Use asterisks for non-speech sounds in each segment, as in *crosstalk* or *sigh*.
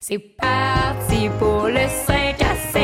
C'est parti pour le 5 à 7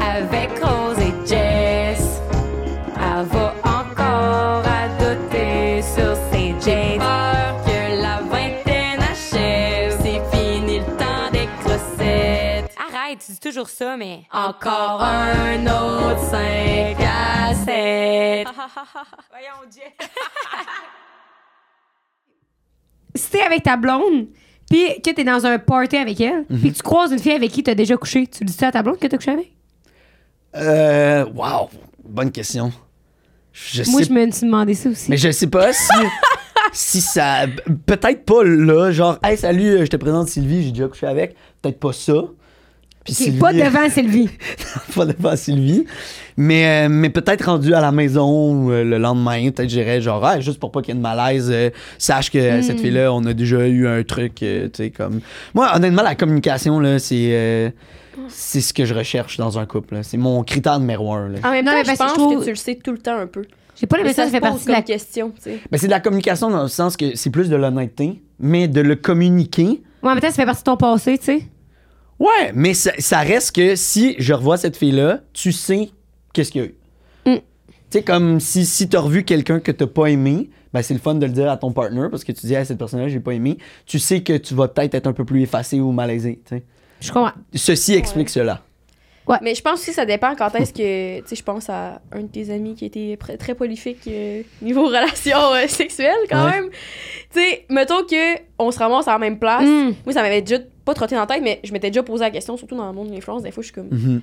avec Rose et Jess. Elle va encore à doter sur ses jets. J'ai peur que la vingtaine achève. C'est fini le temps des crossettes. Arrête, tu dis toujours ça, mais. Encore un autre 5 à 7. *laughs* Voyons, Jess. si t'es avec ta blonde, puis que t'es dans un party avec elle, Mhm. puis que tu croises une fille avec qui t'as déjà couché, tu dis ça à ta blonde que t'as couché avec? Euh. Wow! Bonne question. Je Moi, sais je me suis demandé ça aussi. Mais je sais *laughs* pas si. si ça. Peut-être pas là, genre, hey, salut, euh, je te présente Sylvie, j'ai déjà couché avec. Peut-être pas ça. Puis Qui est pas devant Sylvie. *laughs* pas devant Sylvie. Mais, euh, mais peut-être rendu à la maison euh, le lendemain, peut-être j'irais genre, Ah, juste pour pas qu'il y ait de malaise, euh, sache que euh, Hmm. cette fille-là, on a déjà eu un truc, euh, tu sais, comme. Moi, honnêtement, la communication, là, c'est. euh, c'est ce que je recherche dans un couple. là. C'est mon critère numéro un. là. En même Non, mais temps, je parce que pense je trouve- que tu le sais tout le temps un peu. J'ai pas l'impression que se ça fait pose partie de comme la question, tu sais. Ben, c'est de la communication dans le sens que c'est plus de l'honnêteté, mais de le communiquer. Ouais, en même temps, ça fait partie de ton passé, tu sais. Ouais, mais ça, ça reste que si je revois cette fille-là, tu sais qu'est-ce qu'il y a eu. Mm. Tu sais, comme si, si t'as revu quelqu'un que t'as pas aimé, ben c'est le fun de le dire à ton partner parce que tu dis à cette personne-là, j'ai pas aimé. Tu sais que tu vas peut-être être un peu plus effacé ou malaisé. tu sais. Je comprends. Ceci explique cela. Mais je pense que ça dépend quand est-ce que. Tu sais, je pense à un de tes amis qui était pr- très prolifique euh, niveau *laughs* relation euh, sexuelle quand Ouais. même. Tu sais, mettons que on se ramasse à la même place. Mm. Moi, ça m'avait déjà pas trotté dans la tête, mais je m'étais déjà posé la question, surtout dans le monde de l'influence. Des fois, je suis comme. Mhm.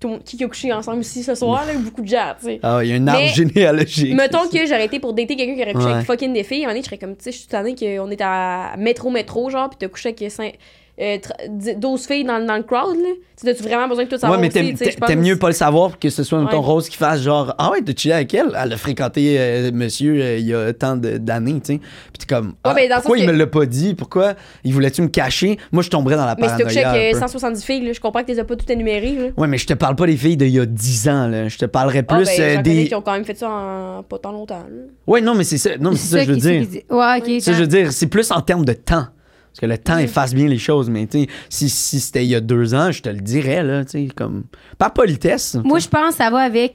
tout le monde- qui a couché ensemble ici ce soir, là, beaucoup de gens, tu sais. Ah, il y a une arbre *laughs* Mais- généalogique. Mettons que j'aurais été pour dater quelqu'un qui aurait couché Ouais. avec fucking des filles. À un moment donné, je serais comme, tu sais, je suis tannée qu'on est à métro-métro, genre, pis t'as couché avec cinq- euh, tr- dix- 12 filles dans, dans le crowd, là. Tu sais, tu vraiment besoin que tout ça Ouais, mais t'aimes tu sais, t'aimes- je pense. t'aimes mieux pas le savoir que ce soit un ton Ouais. Rose qui fasse genre Ah ouais, t'as chillé avec elle Elle a fréquenté euh, monsieur euh, il y a tant de- d'années, tu sais. Puis t'es comme Ah, mais ben, dans le Pourquoi sens il que- me l'a pas dit Pourquoi il voulait-tu me cacher Moi, je tomberais dans la Mais si t'as couché paranoïa. avec un euh, peu. 170 filles, là, je comprends que t'es pas toutes énumérées, là. Ouais, mais je te parle pas des filles d'il y a 10 ans, là. Je te parlerais Ah, plus ben, euh, j'en connais des. qui ont quand même fait ça en pas tant longtemps, là. Ouais, non, mais c'est ça, non, mais c'est ça que je veux qui- dire. qui dit- Ouais, ok. Ça, je veux dire, c'est plus en termes de temps. Parce que le Mm. temps efface bien les choses, mais tu sais, si, si c'était il y a deux ans, je te le dirais, là, tu sais, comme. Par *laughs* politesse. Moi, je pense que ça va avec.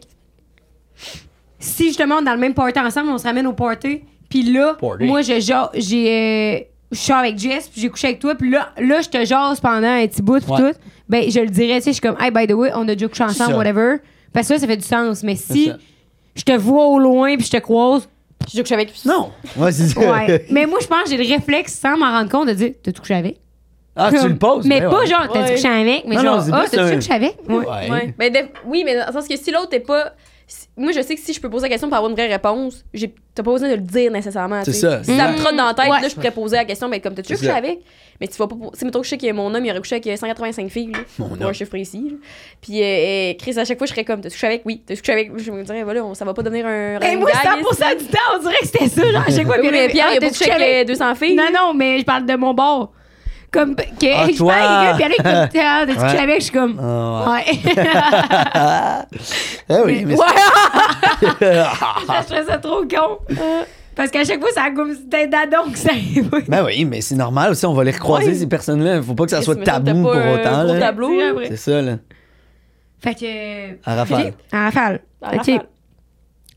Si justement, on est dans le même party ensemble, on se ramène au party. Puis là, Party. moi, je ja- j'ai. euh, je suis avec Jess, puis j'ai couché avec toi, puis là, là je te jase pendant un petit bout, puis Ouais. tout. Ben, je le dirais, tu sais, je suis comme, hey, by the way, on a déjà couché ensemble, Ça. whatever. Parce que là, ça fait du sens. Mais si ça. je te vois au loin, puis je te *laughs* croise, J'ai déjà couché avec. Non! Ouais, c'est ça. *laughs* ouais. mais moi, je pense que j'ai le réflexe, sans m'en rendre compte, de dire, t'as-tu couché avec? Ah, tu le poses? Mais ben pas ouais. genre, t'as-tu Ouais. couché avec? Mais Non, non, genre, c'est ah, plus t'as-tu un- couché avec? Ouais. Ouais. Ouais. Ben, def- oui, mais dans le sens que si l'autre est pas. si- Moi, je sais que si je peux poser la question pour avoir une vraie réponse, j'ai- t'as pas besoin de le dire nécessairement. C'est tu sais. ça, Si ça me exact. trotte dans la tête, Ouais. là, je pourrais poser la question, ben, comme t'as-tu C'est couché ça. avec? Mais tu vas pas. Si, mettons que je sais que mon homme, il aurait couché avec 185 filles, là, Mon pour homme. un chiffre précis. là. Puis, euh, euh, Chris, à chaque fois, je serais comme, t'as-tu couché avec? Oui, t'as-tu couché avec? Je me dirais, voilà, on- ça va pas devenir Ben, un. running moi, gag, là, 100% du temps, on dirait que c'était ça, genre, à chaque fois. Oui, mais Pierre, il a pas ah, t'as-tu couché avec euh, 200 filles. Non, non, mais je parle de mon bord. Comme, que Ah, *laughs* je toi! parle à quelqu'un, puis elle est comme, *laughs* t'as t'as-tu couché Ouais. avec? Je suis comme, Ah, ouais. *laughs* Ah oui, mais Ouais, c'est- je Ah. trouvais ça trop con. Parce qu'à chaque fois, ça gomme c'était dadon que ça arrive. *laughs* Ben oui, mais c'est normal aussi, on va les recroiser, ces personnes-là. Faut pas que ça soit Chris, mais tabou t'as pour pas un autant. gros là. tableau, C'est là. vrai. C'est ça, là. Fait que. euh, À rafale. En rafale. En OK. rafale.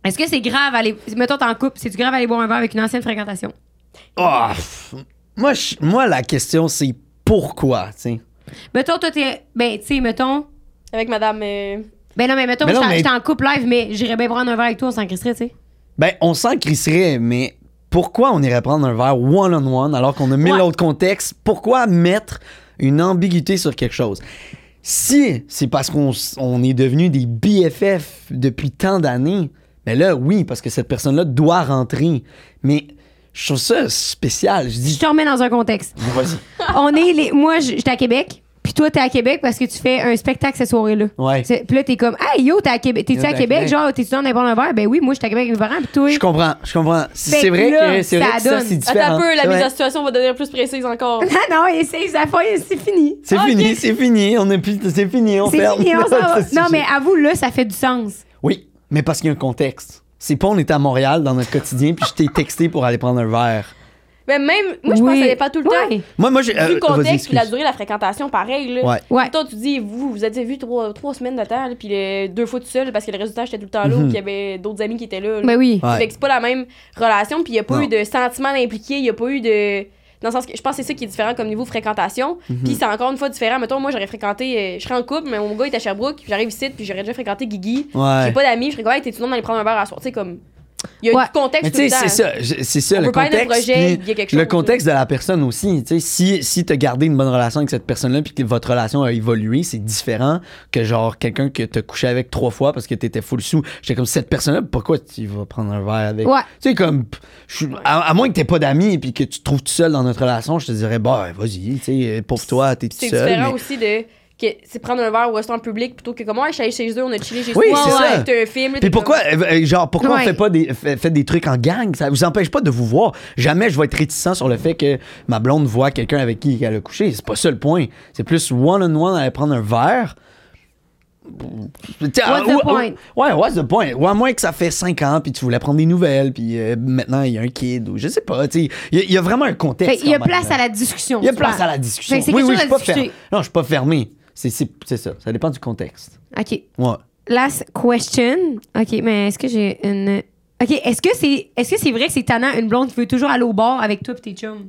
Est-ce que c'est grave aller. Mettons, t'es en couple, c'est-tu grave aller boire un verre avec une ancienne fréquentation? Ah, pff. moi, je- moi, la question, c'est pourquoi, tu sais. Mettons, toi, t'es. Ben, tu sais, mettons. Avec madame. euh, Ben non, mais mettons, Mais moi, non, j'étais mais- j'étais en couple live, mais j'irais bien prendre un verre avec toi, on s'en crisserait, tu sais. Ben, on s'en crisserait, mais pourquoi on irait prendre un verre one-on-one alors qu'on a mille Ouais. autres contextes? Pourquoi mettre une ambiguïté sur quelque chose? Si c'est parce qu'on s- on est devenu des BFF depuis tant d'années, mais là, oui, parce que cette personne-là doit rentrer. Mais je trouve ça spécial. Je *laughs* Je dis, te remets dans un contexte. vas-y. on est les. Moi, j- j'étais à Québec. Puis toi, t'es à Québec parce que tu fais un spectacle cette soirée-là. Ouais. C'est- Puis là, t'es comme, hey yo, t'es à Québec. T'es-tu Yo, à t'es à Québec? Québec. Genre, t'es-tu dans n'importe un verre? Ben oui, moi, j'étais à Québec avec mes parents. Puis toi, Je comprends, je comprends. C'est Fait c'est que vrai là, que c'est ça vrai que ça, donne. c'est différent. Attends un peu, la C'est mise vrai. en situation va devenir plus *laughs* précise encore. ah non, essaye, ça fait, c'est fini. C'est Ah, ok. fini, c'est fini. On est plus, c'est fini, on C'est ferme. *laughs* fini, on s'en va. Ce Non, sujet. mais avoue, là, ça fait du sens. Oui, mais parce qu'il y a un contexte. C'est pas on était à Montréal dans notre quotidien puis je t'ai texté pour aller prendre un verre. Mais même, moi, je pense que ça dépend tout le temps. Ouais. Moi, moi, j'ai. Vu euh, le vas-y, contexte, puis excuse. la durée de la fréquentation, pareil. Là. Ouais. Ouais. Toi, tu dis, vous, vous avez vu trois, trois semaines de temps, là, puis euh, deux fois tout seul, parce que le résultat, j'étais tout le temps là, Mhm. puis il y avait d'autres amis qui étaient là. là. Ben oui. Ouais. Fait que c'est pas la même relation, puis il n'y a pas Non. eu de sentiment d'impliqué, il n'y a pas eu de. Dans le sens que je pense que c'est ça qui est différent comme niveau fréquentation. Mhm. Puis c'est encore une fois différent. Mettons, moi, j'aurais fréquenté. euh, je serais en couple, mais mon gars est à Sherbrooke, puis j'arrive ici, puis j'aurais déjà fréquenté Guigui. J'ai Ouais. pas d'amis, je serais comme, hey, t'es-tu non d'aller prendre un verre à soir? Tu sais, comme. Il y a Ouais. du contexte Mais tout le tu sais, temps. c'est ça, je- c'est ça On le peut parler d'un contexte. projet, puis il y a quelque chose, le là. contexte de la personne aussi. Tu sais, si si t'as gardé une bonne relation avec cette personne-là, puis que votre relation a évolué, c'est différent que genre quelqu'un que t'as couché avec trois fois parce que t'étais full sous. J'étais comme cette personne-là, pourquoi tu vas prendre un verre avec Ouais. Tu sais, comme, pff, je suis- à, à moins que t'aies pas d'amis puis que tu te trouves tout seul dans notre relation, je te dirais, bah, vas-y, tu sais, pour toi, t'es tout C'est seul. différent mais- aussi de. que C'est prendre un verre au restaurant public plutôt que comme, ouais, je suis allé chez eux, on a chillé, j'ai Oui, soir, c'est on a ça. écouté un film. là, Puis t'es pourquoi, *laughs* comme- euh, euh, genre, pourquoi Ouais. on fait pas des, fait, fait des trucs en gang? Ça vous empêche pas de vous voir. Jamais je vais être réticent sur le fait que ma blonde voit quelqu'un avec qui elle a couché. C'est pas ça le point. C'est plus one-on-one, aller prendre un verre. T'sais, What's euh, the ou- point? ou- ouais, what's the point? Ou à moins que ça fait 5 ans, puis tu voulais prendre des nouvelles, puis euh, maintenant il y a un kid, ou je sais pas. t'sais. Il y, a- il y a vraiment un contexte. Fait qu'il y a quand même, place là. à la discussion. Il y a tu place vois. à la discussion. Fait que c'est Oui, quelque oui, je chose suis pas à fermé. discuter. Non, je suis pas fermé. C'est- C'est c'est ça. Ça dépend du contexte. OK. Ouais. Last question. OK, mais est-ce que j'ai une. OK, est-ce que c'est est-ce que c'est vrai que c'est tannant une blonde qui veut toujours aller au bar avec toi pis tes chums?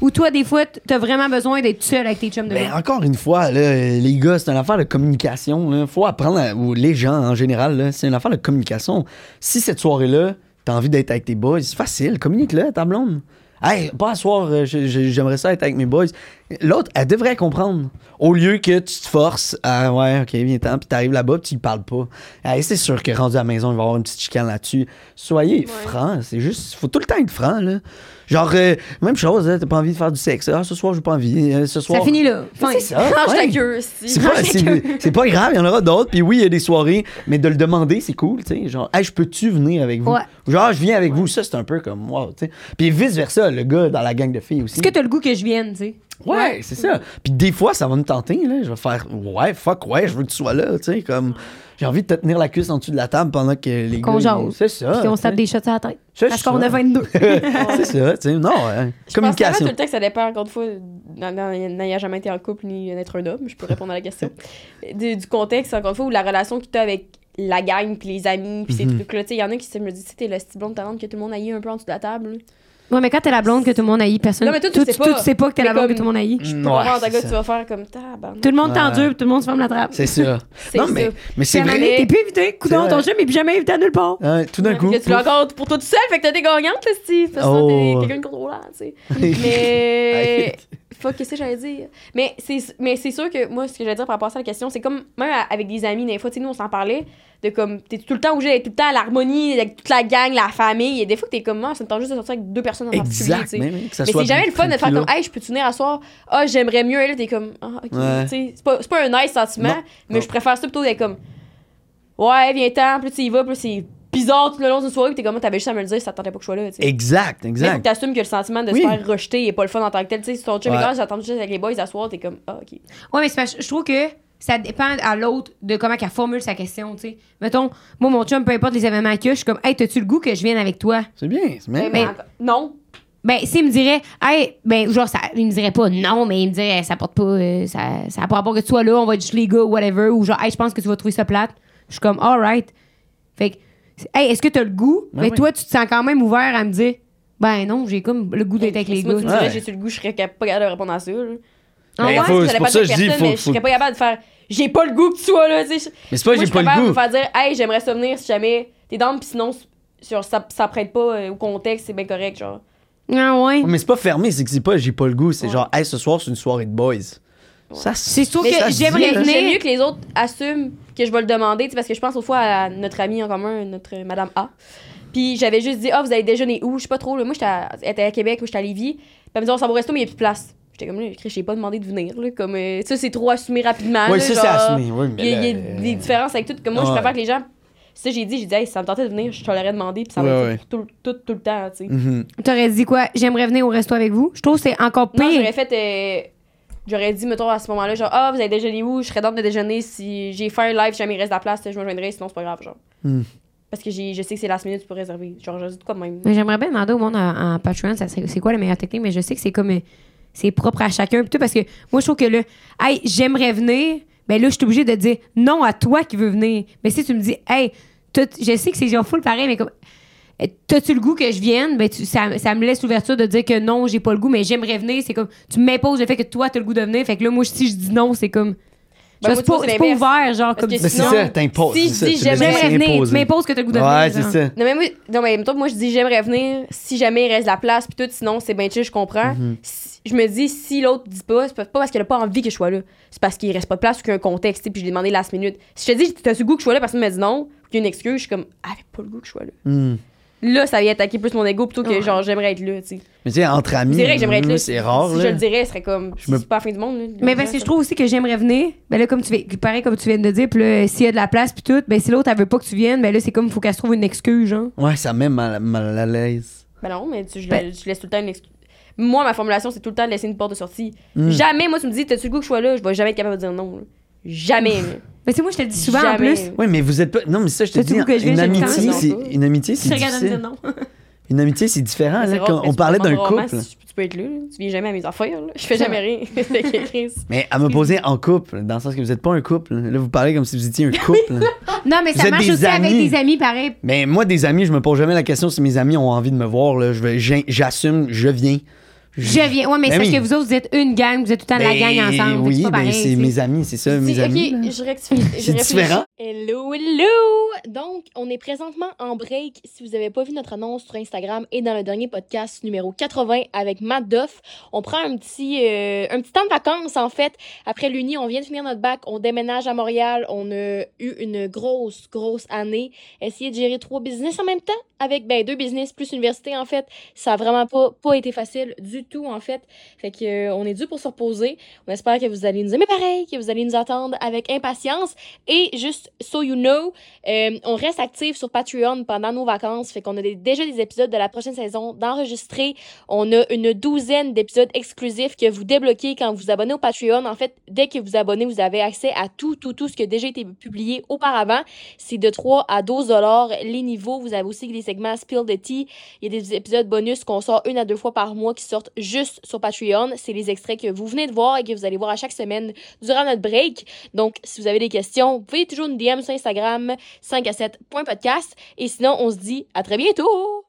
Ou toi, des fois, t- t'as vraiment besoin d'être seule avec tes chums de Mais blonde? Ben, encore une fois, là, les gars, c'est une affaire de communication. Il faut apprendre, à- ou les gens en général, là, c'est une affaire de communication. Si cette soirée-là, t'as envie d'être avec tes boys, c'est facile, communique-le à ta blonde. Hey, pas à soir, euh, je- je- j'aimerais ça être avec mes boys. L'autre, elle devrait comprendre. Au lieu que tu te forces à, ouais, ok, viens-t'en, puis t'arrives là-bas, puis tu lui parles pas. Hey, c'est sûr que rendu à la maison, il va y avoir une petite chicane là-dessus. Soyez franc, c'est juste, faut tout le temps être franc, là. Genre, euh, même chose, hein, t'as pas envie de faire du sexe. Ah, ce soir, j'ai pas envie. Euh, ce soir. Ça finit là. Fin. C'est ça. Range ta ouais. gueule, si. C'est *laughs* pas, c'est- c'est pas grave, il y en aura d'autres. Puis oui, il y a des soirées, mais de le demander, c'est cool, tu sais. Genre, hey, je peux-tu venir avec vous? Ouais. Genre, je viens avec vous. Ça, c'est un peu comme, wow, tu sais. Puis vice-versa, le gars dans la gang de filles aussi. Est-ce que t'as le goût que je vienne, tu sais? Ouais, c'est ça. Puis des fois, ça va me tenter, là. Je vais faire, ouais, fuck, ouais, je veux que tu sois là, tu sais. Comme, j'ai envie de te tenir la cuisse en dessous de la table pendant que les Qu'on gars. jase. C'est ça. Puis qu'on se tape tu des shots à la tête. C'est Parce qu'on Ah, ça. a *laughs* 22. sais. c'est ça, tu sais. Non, hein. Je pense vraiment communication. tout le temps que ça dépend, encore une fois, n'ayant n'ayant jamais été en couple ni d'être un homme, je peux répondre à la *laughs* question. du, du contexte, encore une fois, ou la relation que tu as avec la gang, puis les amis, puis ces Mhm. trucs-là. Tu sais, il y en a qui se me disent, c'était le style blonde talente que tout le monde haït un peu en dessous de la table. ouais, mais quand t'es la blonde que tout le monde haït, personne. Non, mais toi, tu sais pas. toi, tu sais pas que t'es la Mais blonde que comme- tout le monde haït. Je peux Ouais, comprendre, c'est ta gars, ça. tu vas faire comme tabarnak. Tout le monde Mm. Ouais. t'endure, puis tout le monde se ferme la trappe. C'est ça. C'est Non, ça. mais, mais c'est Puis à un moment vrai. donné, T'es plus invité. Coudon, C'est ton vrai. chum est plus jamais invité à nulle part. Hein, tout d'un Ouais, coup. que tu l'as encore pour toi tout seul, fait que t'as des gagnantes, là, Steve. Parce que sinon, Oh. t'es quelqu'un de contrôlant, tu sais. *laughs* pouf. Mais. Fuck, qu'est-ce que j'allais dire? Mais c'est, mais c'est sûr que moi, ce que j'allais dire par rapport à ça, la question, c'est comme, même à- avec des amis, des fois, tu sais, nous, on s'en parlait, de comme, t'es tout le temps obligé d'être tout le temps à l'harmonie, avec toute la gang, la famille. Et des fois, que t'es comme, moi, ça me tente juste de sortir avec deux personnes en particulier, tu Exact, sais. même, que ça Mais soit c'est jamais le fun de faire tranquille. comme, hey, je peux te venir à soir, ah, j'aimerais mieux, et là, t'es comme, ah, ok, Ouais. tu sais. C'est pas, c'est pas un nice sentiment, Non, mais non. je préfère ça plutôt d'être comme, ouais, viens-t'en, plus tu y vas, plus c'est bizarre tout le long d'une soirée, puis t'es comme, Ah, t'avais juste à me le dire, ça t'attendait pas que je sois là, tu sais. Exact, Mais faut que exact. t'assumes que le sentiment de Oui. se faire rejeter est pas le fun en tant que tel. Tu sais, si ton chum est Ouais. Hein? grave, j'attends juste avec les boys à soir, t'es comme, ah, ok. Ouais, mais c'est parce que je trouve que ça dépend à l'autre de comment qu'elle formule sa question, tu sais. Mettons, moi, mon chum, peu importe les événements qu'il y a, je suis comme, hey, t'as-tu le goût que je vienne avec toi? C'est bien, c'est bien. Mais, mais encore- non. Ben, s'il me dirait, hey, ben, genre, ça, il me dirait pas non, mais il me dirait, ça porte pas, euh, ça, ça a pas rapport que tu sois là, on va être juste les gars, whatever, ou genre, hey, je pense que tu vas trouver ça plate. Je suis comme, alright. Fait que, hey, est-ce que t'as le goût? Ben mais oui. toi, tu te sens quand même ouvert à me dire, ben non, j'ai comme le goût d'être avec les Si moi, gars. tu me dirais, Ouais. j'ai sur le goût, je serais cap- pas capable de répondre à ça. là. Ah Ben, ouais? faut- c'est ça dépend pour de ça la que je dis, personne, faut- mais je faut- serais pas capable de faire, j'ai pas le goût que tu sois là, tu sais. Mais c'est pas Moi, j'ai je pas préfère le me goût. faire dire, hey, j'aimerais ça venir si jamais t'es down, pis sinon, c'est- genre, ça, ça prête pas euh, au contexte, c'est bien correct, genre. Ah ouais. Oh, Mais c'est pas fermé, c'est que c'est pas j'ai pas le goût, c'est Ouais. genre hey ce soir c'est une soirée de boys. Ça C'est sûr ça que se j'aimerais dit, là. venir. J'aime mieux que les autres assument que je vais le demander, tu sais, parce que je pense autrefois à notre amie en commun, notre euh, Madame A. Puis j'avais juste dit, ah, vous allez déjeuner où? Je sais pas trop. Là. Moi, j'étais à, elle était à Québec, moi, j'étais à Lévis. Puis elle me dit, on s'en va au resto, mais il n'y a plus de place. J'étais comme, là, je n'ai pas demandé de venir. Là, comme, euh, ça, c'est trop assumé rapidement. Ouais, là, ça genre, c'est assumé. Oui, mais Il y, a- il y là, a des euh, différences avec tout. Comme moi, je Ouais. préfère que les gens. Ça, j'ai dit, j'ai dit, hey, si ça me tentait de venir, je te l'aurais demandé, puis ça Ouais, m'a ouais. fait tout, tout, tout le temps, tu sais. mhm. T'aurais dit quoi? J'aimerais venir au resto avec vous. Je trouve que c'est encore pire. Non, j'aurais fait. euh, j'aurais dit, mettons, à ce moment-là, genre, ah, vous avez déjeuné où? Je serais dans de déjeuner. Si j'ai fait un live, si jamais il reste de la place, je me joindrai, sinon c'est pas grave, genre. Hmm. Parce que j'ai- je sais que c'est last minute, tu peux réserver. Genre, je dis de quoi de même. Mais j'aimerais bien demander au monde en, en Patreon, ça serait- c'est quoi la meilleure technique, mais je sais que c'est comme. euh, C'est propre à chacun. pis tout, parce que moi, je trouve que là, hey, j'aimerais venir, ben là, je suis obligée de dire non à toi qui veux venir. Mais si tu me dis, hey, t'as- je sais que c'est genre full pareil, mais comme. euh, T'as-tu le goût que je vienne? Ben, tu- ça, ça me laisse l'ouverture de dire que non, j'ai pas le goût, mais j'aimerais venir. C'est comme, tu m'imposes le fait que toi, t'as le goût de venir. Fait que là, moi, si je dis non, c'est comme. Genre, Ben, moi, c'est tu vois, pas, c'est c'est pas l'inverse. ouvert, genre, Parce comme. que Mais c'est sinon, ça, t'imposes. si c'est ça, je dis tu le laisses j'aimerais J'aimerais venir, tu imposer. m'imposes que t'as le goût de venir. Ouais, c'est genre. ça. Non, mais moi, non, mais mettons que moi, je dis j'aimerais venir. Si jamais il reste la place, puis tout, sinon, c'est bien chill, je comprends. Si- je me dis, si l'autre dit pas, c'est pas pas parce qu'elle a pas envie que je sois là. C'est parce qu'il reste pas de place ou qu'il y a un contexte, tu sais, puis je l'ai demandé last minute. Si je te dis, t'as ce goût que je sois là, personne me dit non, ou qu'il y a une excuse, je suis comme, ah, avait pas le goût que je sois là. Hum. Là, ça vient attaquer plus mon ego plutôt que Ouais. genre, j'aimerais être là, tu sais. Mais tu sais, entre amis, C'est vrai que j'aimerais être hum, là. c'est rare. Si là. je le dirais, ce serait comme, Je me- ben, c'est pas la fin du monde. là. Mais parce que je trouve aussi que j'aimerais venir. Ben là, comme tu viens- pareil comme tu viens de dire, puis là, s'il y a de la place puis tout, ben si l'autre elle veut pas que tu viennes, ben là c'est comme faut qu'elle se trouve une excuse, genre. Ouais, ça met mal, mal à l'aise. Ben non, mais tu, je, Ben- je laisse tout le temps une excuse. Moi, ma formulation, c'est tout le temps de laisser une porte de sortie. Hmm. Jamais, moi, tu me dis, t'as-tu le goût que je sois là? Je vais jamais être capable de dire non. là. *laughs* Jamais. là. Mais Ben c'est moi je te le dis souvent en Jamais. plus. Oui, mais vous êtes pas. Non, mais ça, je te T'as-tu dis, le goût que je vienne, une j'ai le amitié, temps. c'est une amitié, Tu c'est regardes à me dire difficile. non. Une amitié, c'est différent. *laughs* C'est Là, rare, quand mais on tu parlait peux d'un pas couple. vraiment, si tu peux être là, là. tu viens jamais à mes affaires. là. Je fais jamais rien. *laughs* Fait que, Chris. Mais à me poser en couple, dans le sens que vous n'êtes pas un couple. hein. Là, vous parlez comme si vous étiez un couple. *laughs* Non, mais Vous ça êtes marche des aussi avec amis. des amis pareil. mais moi, des amis, je me pose jamais la question si mes amis ont envie de me voir. Là. Je vais, j'in- j'assume, je viens. Je viens. Ouais, mais Ben c'est parce oui. que vous autres vous êtes une gang, vous êtes tout le temps la Ben, gang ensemble. fait que Oui, c'est pas ben, pareil, c'est tu sais. mes amis, c'est ça, Euh, mes Si, amis. ok, je rectifie. *laughs* C'est je réfléchis. différent. Hello, hello! Donc, on est présentement en break. Si vous n'avez pas vu notre annonce sur Instagram et dans le dernier podcast numéro 80 avec Matt Duff, on prend un petit, euh, un petit temps de vacances en fait. Après l'Uni, on vient de finir notre bac, on déménage à Montréal, on a eu une grosse, grosse année. Essayer de gérer trois business en même temps avec ben, deux business plus université en fait, ça a vraiment pas, pas été facile du tout en fait. Fait que euh, on est dû pour se reposer. On espère que vous allez nous aimer pareil, que vous allez nous attendre avec impatience. Et juste so you know, euh, on reste actif sur Patreon pendant nos vacances. Fait qu'on a des- déjà des épisodes de la prochaine saison d'enregistrer. On a une douzaine d'épisodes exclusifs que vous débloquez quand vous vous abonnez au Patreon. En fait, dès que vous abonnez, vous avez accès à tout, tout, tout ce qui a déjà été publié auparavant. C'est de 3 à 12 dollars les niveaux. Vous avez aussi des segments Spill the Tea. Il y a des épisodes bonus qu'on sort une à deux fois par mois qui sortent juste sur Patreon. C'est les extraits que vous venez de voir et que vous allez voir à chaque semaine durant notre break. Donc, si vous avez des questions, vous pouvez toujours nous DM sur Instagram 5 à 7.podcast. Et sinon, on se dit à très bientôt!